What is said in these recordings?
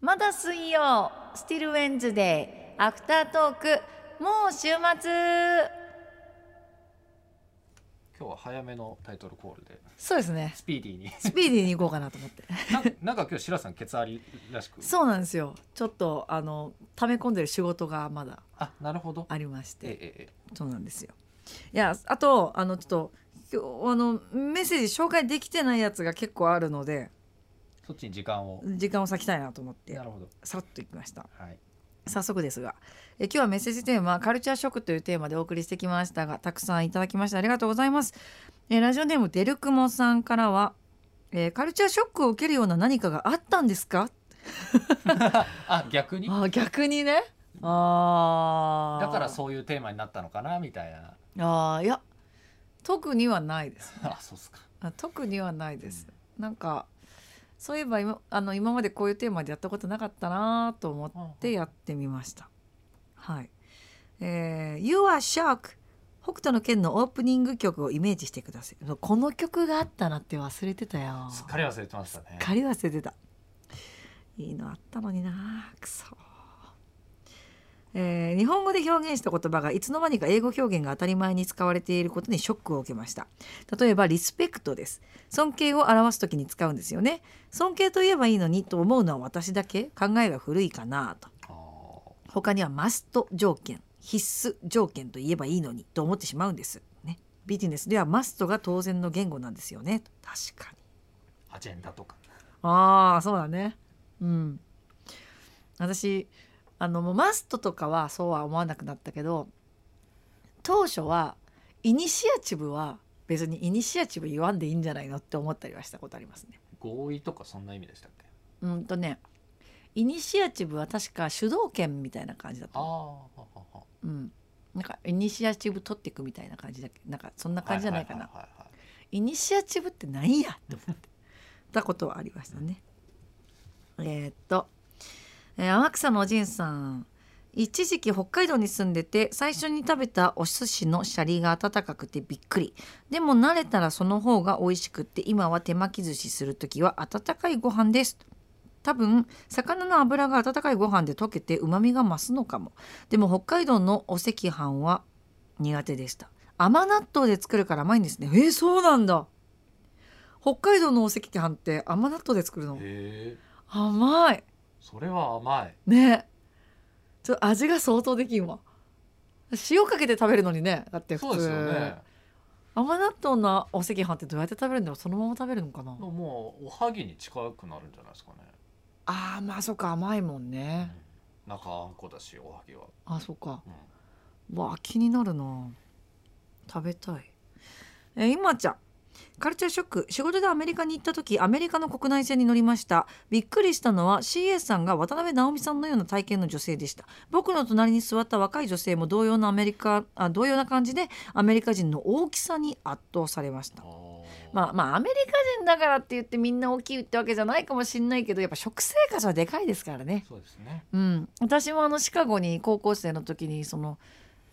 まだ水曜、スティルウェンズデー、アフタートーク、もう週末。今日は早めのタイトルコールでそうですね。スピーディーにスピーディーに行こうかなと思って。ななんか今日白さんケツありらしく そうなんですよ。ちょっとあの溜め込んでる仕事がまだあなるほどありましええて、ええそうなんですよ。いや、あとあのちょっと今日あのメッセージ紹介できてないやつが結構あるので、そっちに時間を時間を割きたいなと思ってなるほどさらっと行きました。はい早速ですがえ今日はメッセージテーマ「カルチャーショック」というテーマでお送りしてきましたがたくさんいただきましてありがとうございますえラジオネームデルクモさんからは、えーカルチャーショックを受けるような何かがあったんですかあ逆にあー逆にねあーだからそういうテーマになったのかなみたいなあーいや特にはないですあそうっすかあ特にはないですなんかそういえば今あの今までこういうテーマでやったことなかったなと思ってでやってみました。はい。えー、You are Shark 北斗の拳のオープニング曲をイメージしてください。この曲があったなって忘れてたよ。すっかり忘れてましたね仮忘れてた。いいのあったのにな。くそ。えー日本語で表現した言葉がいつの間にか英語表現が当たり前に使われていることにショックを受けました例えばリスペクトです尊敬を表す時に使うんですよね尊敬と言えばいいのにと思うのは私だけ考えが古いかなとあー他にはマスト条件必須条件と言えばいいのにと思ってしまうんです、ね、ビジネスではマストが当然の言語なんですよね確かにアジェンダとかああそうだねうん私あのもうマストとかはそうは思わなくなったけど当初はイニシアチブは別にイニシアチブ言わんでいいんじゃないのって思ったりはしたことありますね合意とかそんな意味でしたっけうんとねイニシアチブは確か主導権みたいな感じだったあーはははうん、なんかイニシアチブ取っていくみたいな感じだっけなんかそんな感じじゃないかな、はははいはいイニシアチブって何やって思って たことはありましたねえーっと、えー天草のおじいさん一時期北海道に住んでて最初に食べたお寿司のシャリが温かくてびっくりでも慣れたらその方が美味しくって今は手巻き寿司する時は温かいご飯です多分魚の脂が温かいご飯で溶けて旨味が増すのかもでも北海道のお赤飯は苦手でした甘納豆で作るから甘いんですねえー、そうなんだ北海道のお赤飯って甘納豆で作るのへえ甘いそれは甘いねちょっと味が相当できんわ塩かけて食べるのにねだって普通そうですよね甘納豆のお赤飯ってどうやって食べるんだろうそのまま食べるのかなもうおはぎに近くなるんじゃないですかねあーまあそっか甘いもんね中あんこだしおはぎは、あそっかうん、わあ気になるな食べたいえー今ちゃんカルチャーショック仕事でアメリカに行った時アメリカの国内線に乗りましたびっくりしたのは CA さんが渡辺直美さんのような体験の女性でした僕の隣に座った若い女性も同様のアメリカあ同様な感じでアメリカ人の大きさに圧倒されましたまあまあアメリカ人だからって言ってみんな大きいってわけじゃないかもしんないけどやっぱ食生活はでかいですからねそうですねうん、私もあのシカゴに高校生の時にその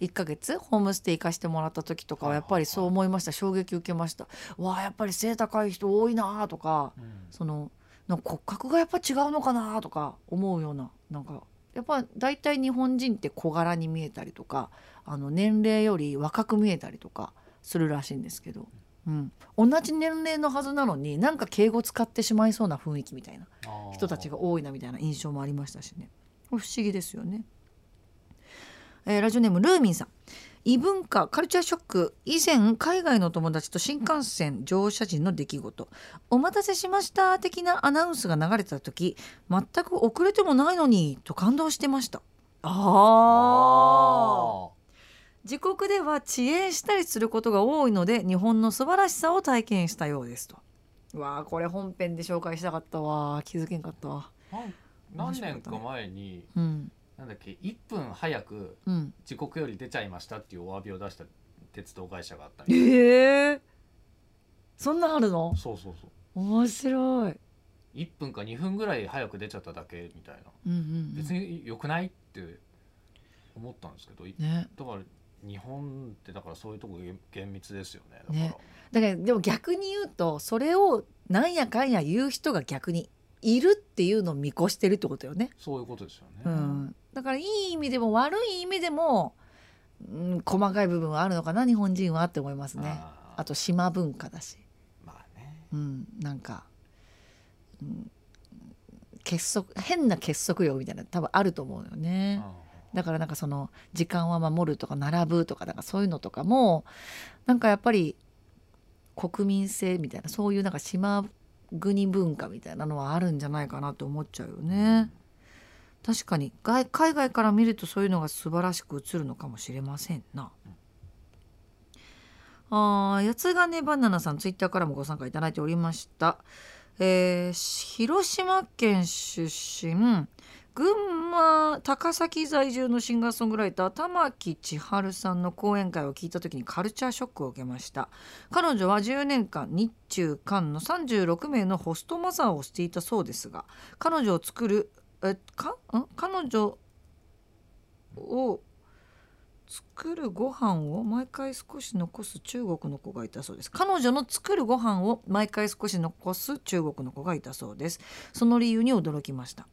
1ヶ月ホームステイ行かしてもらった時とかははいやはいっはいぱりそう思いました衝撃受けましたわあやっぱり背高い人多いなあとかうんそのなんか骨格がやっぱ違うのかなあとか思うようななんかやっぱ大体日本人って小柄に見えたりとかあの年齢より若く見えたりとかするらしいんですけど、うん、同じ年齢のはずなのになんか敬語使ってしまいそうな雰囲気みたいな。人たちが多いなみたいな印象もありましたしねこれ不思議ですよね、えーラジオネームルーミンさん異文化カルチャーショック以前海外の友達と新幹線乗車時の出来事お待たせしました的なアナウンスが流れた時全く遅れてもないのにと感動してましたああ自国では遅延したりすることが多いので日本の素晴らしさを体験したようですとうわあこれ本編で紹介したかったわ気づけんかったわあーなん何年か前にうんなんだっけ1分早くうん時刻より出ちゃいましたっていうお詫びを出した鉄道会社があったえりー、そんなんあるのそうそうそう面白い、 1分か2分ぐらい早く出ちゃっただけみたいなうんうんうん、別に良くないって思ったんですけどいねだから日本ってだからそういうとこ厳厳密ですよねだからねだからでも逆に言うとそれをなんやかんや言う人が逆にいるっていうのを見越してるってことよね。そういうことですよね。うん、だからいい意味でも悪い意味でも、うん、細かい部分はあるのかな日本人はって思いますね。ああとと島文化だし、まあね。うん、なんか、うん、結束変な結束力みたいなの多分あると思うよね。だからなんかその時間は守るとか並ぶとかなんかそういうのとかもなんかやっぱり国民性みたいなそういうなんか島国文化みたいなのはあるんじゃないかなと思っちゃうよね。確かに外海外から見るとそういうのが素晴らしく映るのかもしれませんな。あー八つ金バナナさんツイッターからもご参加いただいておりました。えー広島県出身群馬高崎在住のシンガーソングライター玉木千春さんの講演会を聞いた時にカルチャーショックを受けました彼女は10年間日中韓の36名のホストマザーをしていたそうですが彼女を作るえかん彼女を作るご飯を毎回少し残す中国の子がいたそうです彼女の作るご飯を毎回少し残す中国の子がいたそうですその理由に驚きました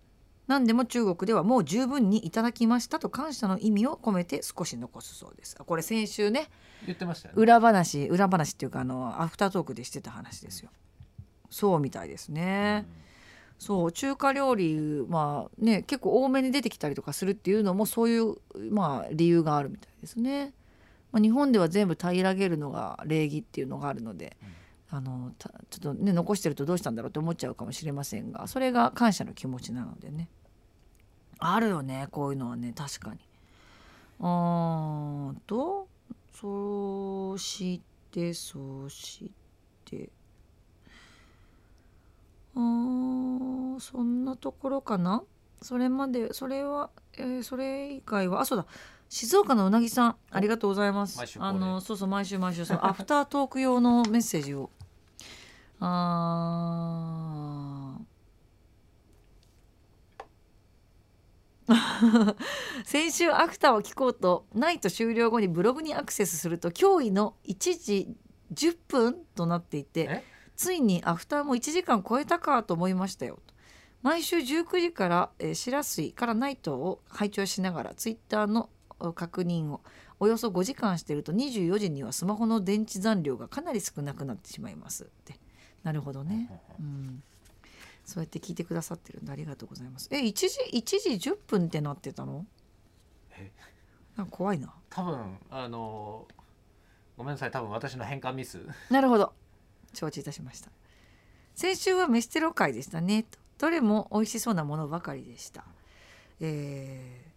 何でも中国ではもう十分にいただきましたと感謝の意味を込めて少し残すそうですあこれ先週ね言ってましたよね。裏話裏話っていうかあのアフタートークでしてた話ですよそうみたいですね、そう中華料理まあね結構多めに出てきたりとかするっていうのもそういうまあ理由があるみたいですね、まあ、日本では全部平らげるのが礼儀っていうのがあるので、あのたちょっとね残してるとどうしたんだろうって思っちゃうかもしれませんがそれが感謝の気持ちなのでねあるよねこういうのはね確かにうーんとそしてそしてあーそんなところかなそれまでそれは、えーそれ以外はあそうだ静岡のうなぎさんありがとうございます毎週恒例あのそうそう毎週毎週そのアフタートーク用のメッセージをあー 先週アクターを聞こうとナイト終了後にブログにアクセスすると驚異の1時10分となっていてえついにアフターも1時間超えたかと思いましたよ毎週19時から、えー、しらすいからナイトを拝聴しながらツイッターのお確認をおよそ5時間してると24時にはスマホの電池残量がかなり少なくなってしまいますってなるほどね、うん、そうやって聞いてくださってるんでありがとうございますえ1時1時10分ってなってたのえなんか怖いな多分あのごめんなさい多分私の変換ミス。なるほど承知いたしました先週は飯テロ会でしたねとどれも美味しそうなものばかりでしたえー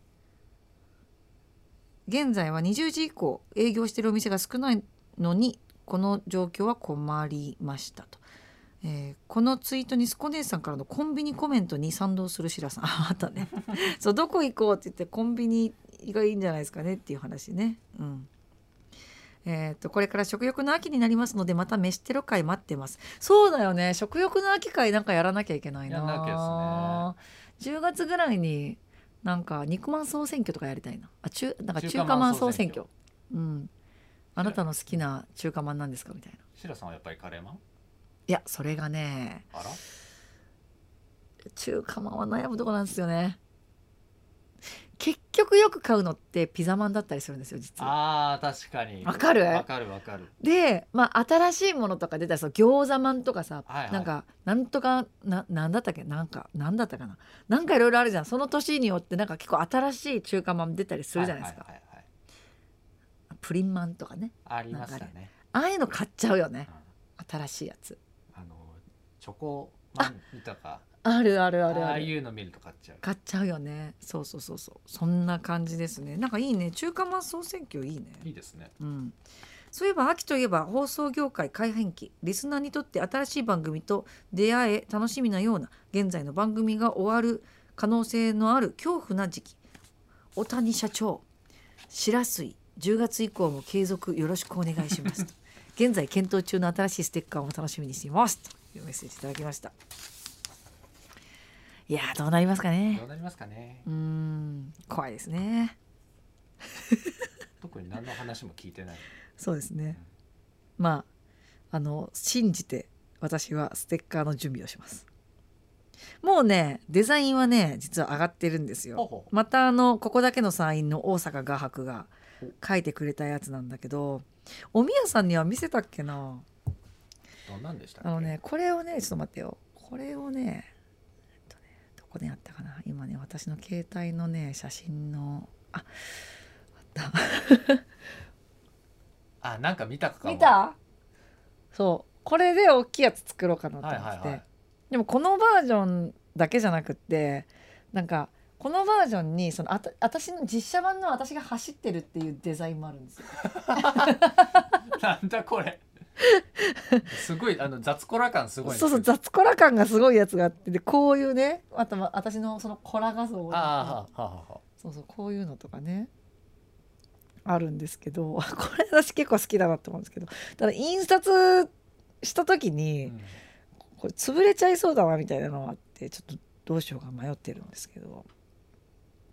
現在は20時以降営業しているお店が少ないのにこの状況は困りましたと、えーこのツイートにスコ姉さんからのコンビニコメントに賛同するシラさん ああったねそうどこ行こうって言ってコンビニがいいんじゃないですかねっていう話ねうんえー、とこれから食欲の秋になりますのでまた飯テロ会待ってますそうだよね食欲の秋会なんかやらなきゃいけないなやんなきゃ10月ぐらいになんか肉まん総選挙とかやりたいなあ中なんか中華まん総選挙うんあなたの好きな中華まんなんですかみたいなシラさんはやっぱりカレーマン？いやそれがねあら？中華まんは悩むとこなんですよね結局よく買うのってピザまんだったりするんですよ実はあー確かに。わかるわかるわかる。でまあ新しいものとか出たらそう餃子まんとかさ、はいはいなんかなんとかななんだったっけなんかなんだったかななんかいろいろあるじゃんその年によってなんか結構新しい中華まん出たりするじゃないですか、はいはいはいはいプリンまんとかねありましたね。ああいうの買っちゃうよねうん新しいやつあのチョコマン見たかあるあるああるああるいうの見ると買っちゃう。買っちゃうよねそうそうそうそうそんな感じですねなんかいいね中華まん総選挙いいねいいですね。うんそういえば秋といえば放送業界改変期リスナーにとって新しい番組と出会え楽しみなような現在の番組が終わる可能性のある恐怖な時期小谷社長白水10月以降も継続よろしくお願いしますと現在検討中の新しいステッカーも楽しみにしていますというメッセージいただきましたいやーどうなりますかねどうなりますかねう。ーん怖いですね特に何の話も聞いてない。そうですね。まあ、あの、信じて、私はステッカーの準備をします。もうねデザインはね実は上がってるんですよ。ほうまたあのここだけの山陰の大阪画伯が書いてくれたやつなんだけどおみやさんには見せたっけなどんなんでしたっけあのねこれをねちょっと待ってよこれをね,、えっと、ねどこでやったかな今ね私の携帯のね写真のああったあなんか見たかも見たそうこれで大きいやつ作ろうかなとは思いってて、はいはいでもこのバージョンだけじゃなくってなんかこのバージョンにそのあた私の実写版の私が走ってるっていうデザインもあるんですよ。 なんだこれすごいあの雑コラ感すごいねそうそう雑コラ感がすごいやつがあってでこういうねあとま私のそのコラ画像とかああはあはあはあそうそうこういうのとかねあるんですけど これ私結構好きだなと思うんですけどただ印刷した時に、うんこれ潰れちゃいそうだなみたいなのがあってちょっとどうしようか迷ってるんですけど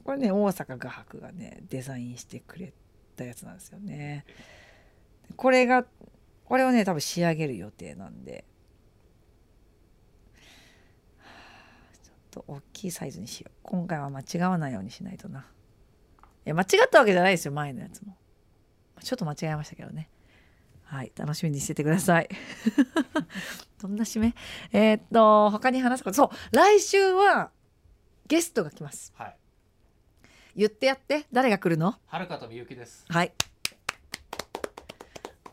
これね大阪画伯がねデザインしてくれたやつなんですよね。これがこれをね多分仕上げる予定なんではあちょっと大きいサイズにしよう今回は間違わないようにしないとないや間違ったわけじゃないですよ前のやつもちょっと間違えましたけどねはい楽しみにしててください どんな締めえーっと他に話すことそう来週はゲストが来ますはい言ってやって誰が来るのはるかとみゆきですはい。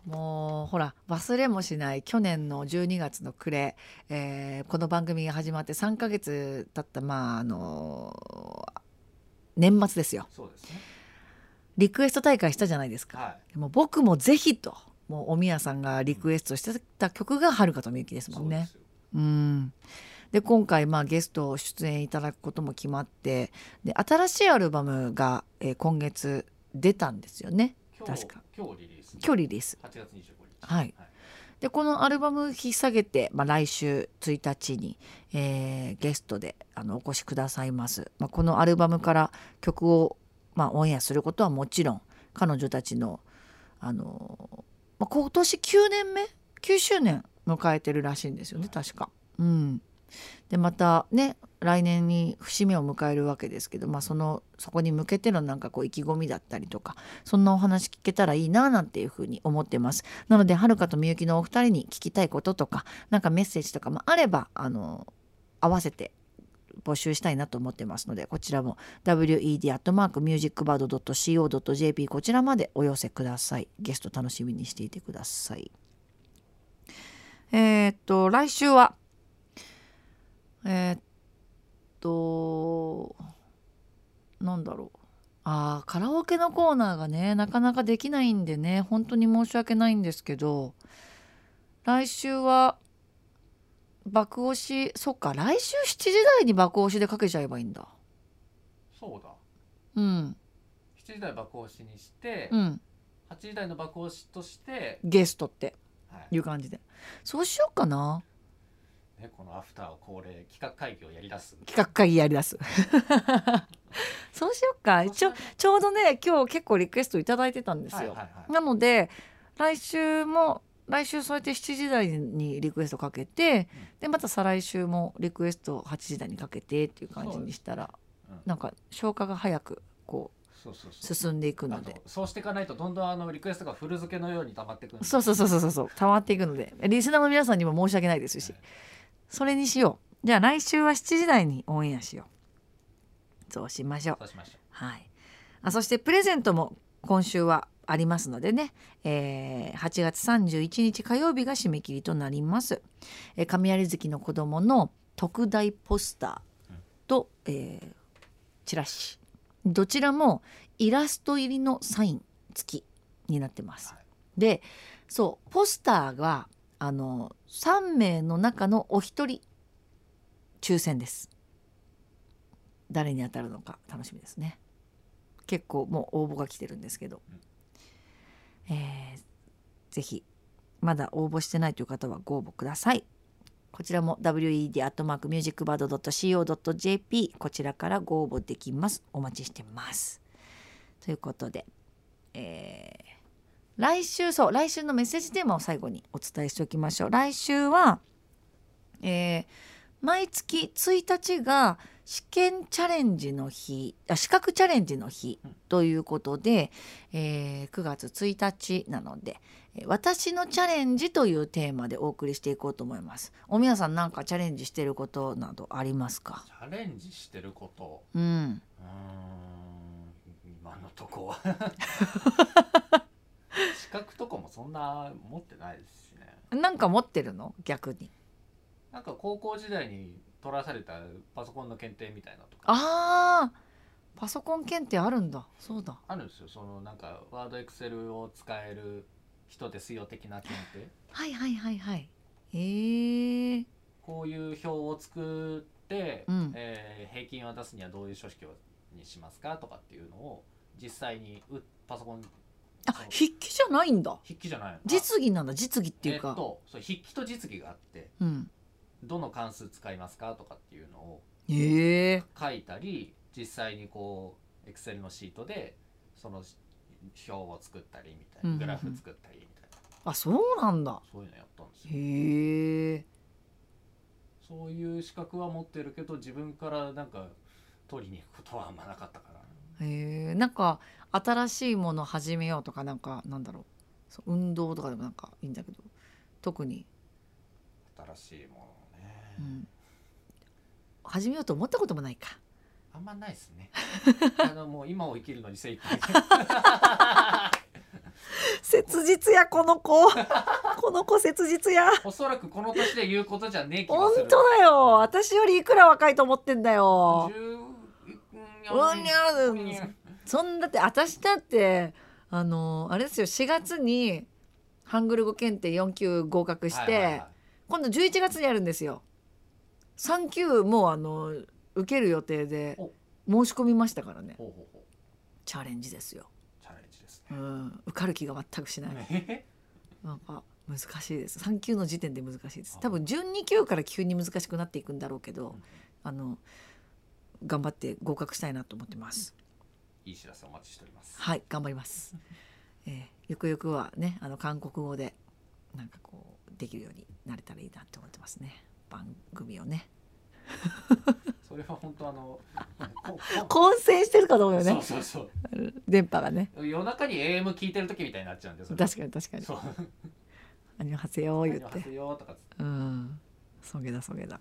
もうほら忘れもしない去年の12月の暮れ、えーこの番組が始まって3ヶ月経ったまああの年末ですよそうですねリクエスト大会したじゃないですか、はいもう僕もぜひともうおみやさんがリクエストしてた曲が「はるかとみゆき」ですもそんうでね。すようん、で今回まあゲストを出演いただくことも決まってで新しいアルバムが、えー今月出たんですよね今日確か今日リリース今日リリース。 8月25日はいでこのアルバム引っ提げて、まあ、来週1日に、えーゲストであのお越しくださいます、まあ、このアルバムから曲を、まあ、オンエアすることはもちろん彼女たちの、あのまあ、今年9年目9周年迎えてるらしいんですよね確か。うん、でまたね来年に節目を迎えるわけですけど、まあ、そのそこに向けてのなんかこう意気込みだったりとかそんなお話聞けたらいいななんていうふうに思ってます。なのではるかとみゆきのお二人に聞きたいこととかなんかメッセージとかもあればあの合わせて募集したいなと思ってますのでこちらも wed.musicbird.co.jp こちらまでお寄せくださいゲスト楽しみにしていてくださいえーっと来週はえーっとなんだろうあーカラオケのコーナーがねなかなかできないんでね本当に申し訳ないんですけど来週は爆押しそっか来週7時台に爆押しでかけちゃえばいいんだそうだうん7時台爆押しにして、うん8時台の爆押しとして、ゲストってはいいう感じでそうしようかなね、このアフターを恒例企画会議をやりだす企画会議やりだす そうしようかちょちょうどね今日結構リクエストいただいてたんですよ、はいはいはいなので来週も来週そうやって7時台にリクエストかけて、でまた再来週もリクエスト8時台にかけてっていう感じにしたら、そうですねうんなんか消化が早くこうそうそうそう進んでいくあのとで。そうしていかないとどんどんあのリクエストが古漬けのように溜まってくるんでそうそうそうそうそうそう溜まっていくのでリスナーの皆さんにも申し訳ないですし、はいそれにしようじゃあ来週は7時台にオンエアしようそうしましょうそうしましょうはい、あそしてプレゼントも今週はありますのでね、えー8月31日火曜日が締め切りとなります、えー、神有月の子供の特大ポスターと、えーチラシどちらもイラスト入りのサイン付きになってます、はいでそうポスターがあの3名の中のお一人抽選です誰に当たるのか楽しみですね結構もう応募が来てるんですけど、えーぜひまだ応募してないという方はご応募くださいこちらも wed.musicbird.co.jp こちらからご応募できますお待ちしてますということで、えー来週そう来週のメッセージテーマを最後にお伝えしておきましょう来週はえー毎月1日が試験チャレンジの日あ資格チャレンジの日うんということで、えー9月1日なので「えー私のチャレンジ」というテーマでお送りしていこうと思います。おみやさんなんかチャレンジしてることなどありますかチャレンジしてることうん、うーん今の とこは資格とかもそんな持ってないですしねなんか持ってるの逆に。なんか高校時代に取らされたパソコンの検定みたいなのとかあーパソコン検定あるんだそうだあるんですよそのなんかワードエクセルを使える人ですよ的な検定はいはいはいはいえー、こういう表を作って、うんえー平均を出すにはどういう書式をにしますかとかっていうのを実際にうパソコンあそう筆記じゃないんだ筆記じゃないの実技なんだ実技っっていうか、えっとそう筆記と実技があってうんどの関数使いますかとかっていうのをええ書いたり実際にこう Excel のシートでその表を作ったりみたいうんうんうなんグラフ作ったりみたいな、あそうなんだそういうのやったんですよへえそういう資格は持ってるけど自分からなんか取りに行くことはあんまなかったからへえなんか新しいもの始めようとかなんかなんだろうそう運動とかでもなんかいいんだけど特に、新しいものね、うん、始めようと思ったこともないかあんまないですね あのもう今を生きるのに精一杯切実やこの子この子切実やおそらくこの年で言うことじゃねえ気が本する当だよ私よりいくら若いと思ってんだようんにゃうーそんだって私だってあのあれですよ4月にハングル語検定4級合格して、今度11月にやるんですよ3級もうあの受ける予定でお申し込みましたからねほうほうほうチャレンジですよ、チャレンジ ですうん、受かる気が全くしないねなんか難しいです3級の時点で難しいですあ多分12級から急に難しくなっていくんだろうけどあの頑張って合格したいなと思ってますいい知らせお待ちしておりますはい、頑張り ます。えーゆくゆくはね、あの韓国語で。なんかこう、できるようになれたらいいなって思ってますね。番組をね。それは本当あのここ混戦してるかと思うよそうね。そうそ電波がね。う夜中に AM 聞いてる時みたいになっちゃうんで確かかに、確かに。そうあにょはせよ「ー何言っをはて。せよ」とかつってうん。そげだ、そげだ。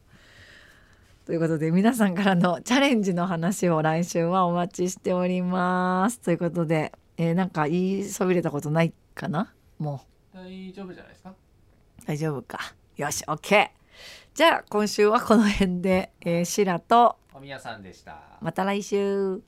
ということで皆さんからのチャレンジの話を来週はお待ちしております。ということで、えーなんか言いそびれたことないかなもう。大丈夫じゃないですか大丈夫か。よし、OK。じゃあ今週はこの辺で、えー、シラとおみやさんでしたまた来週。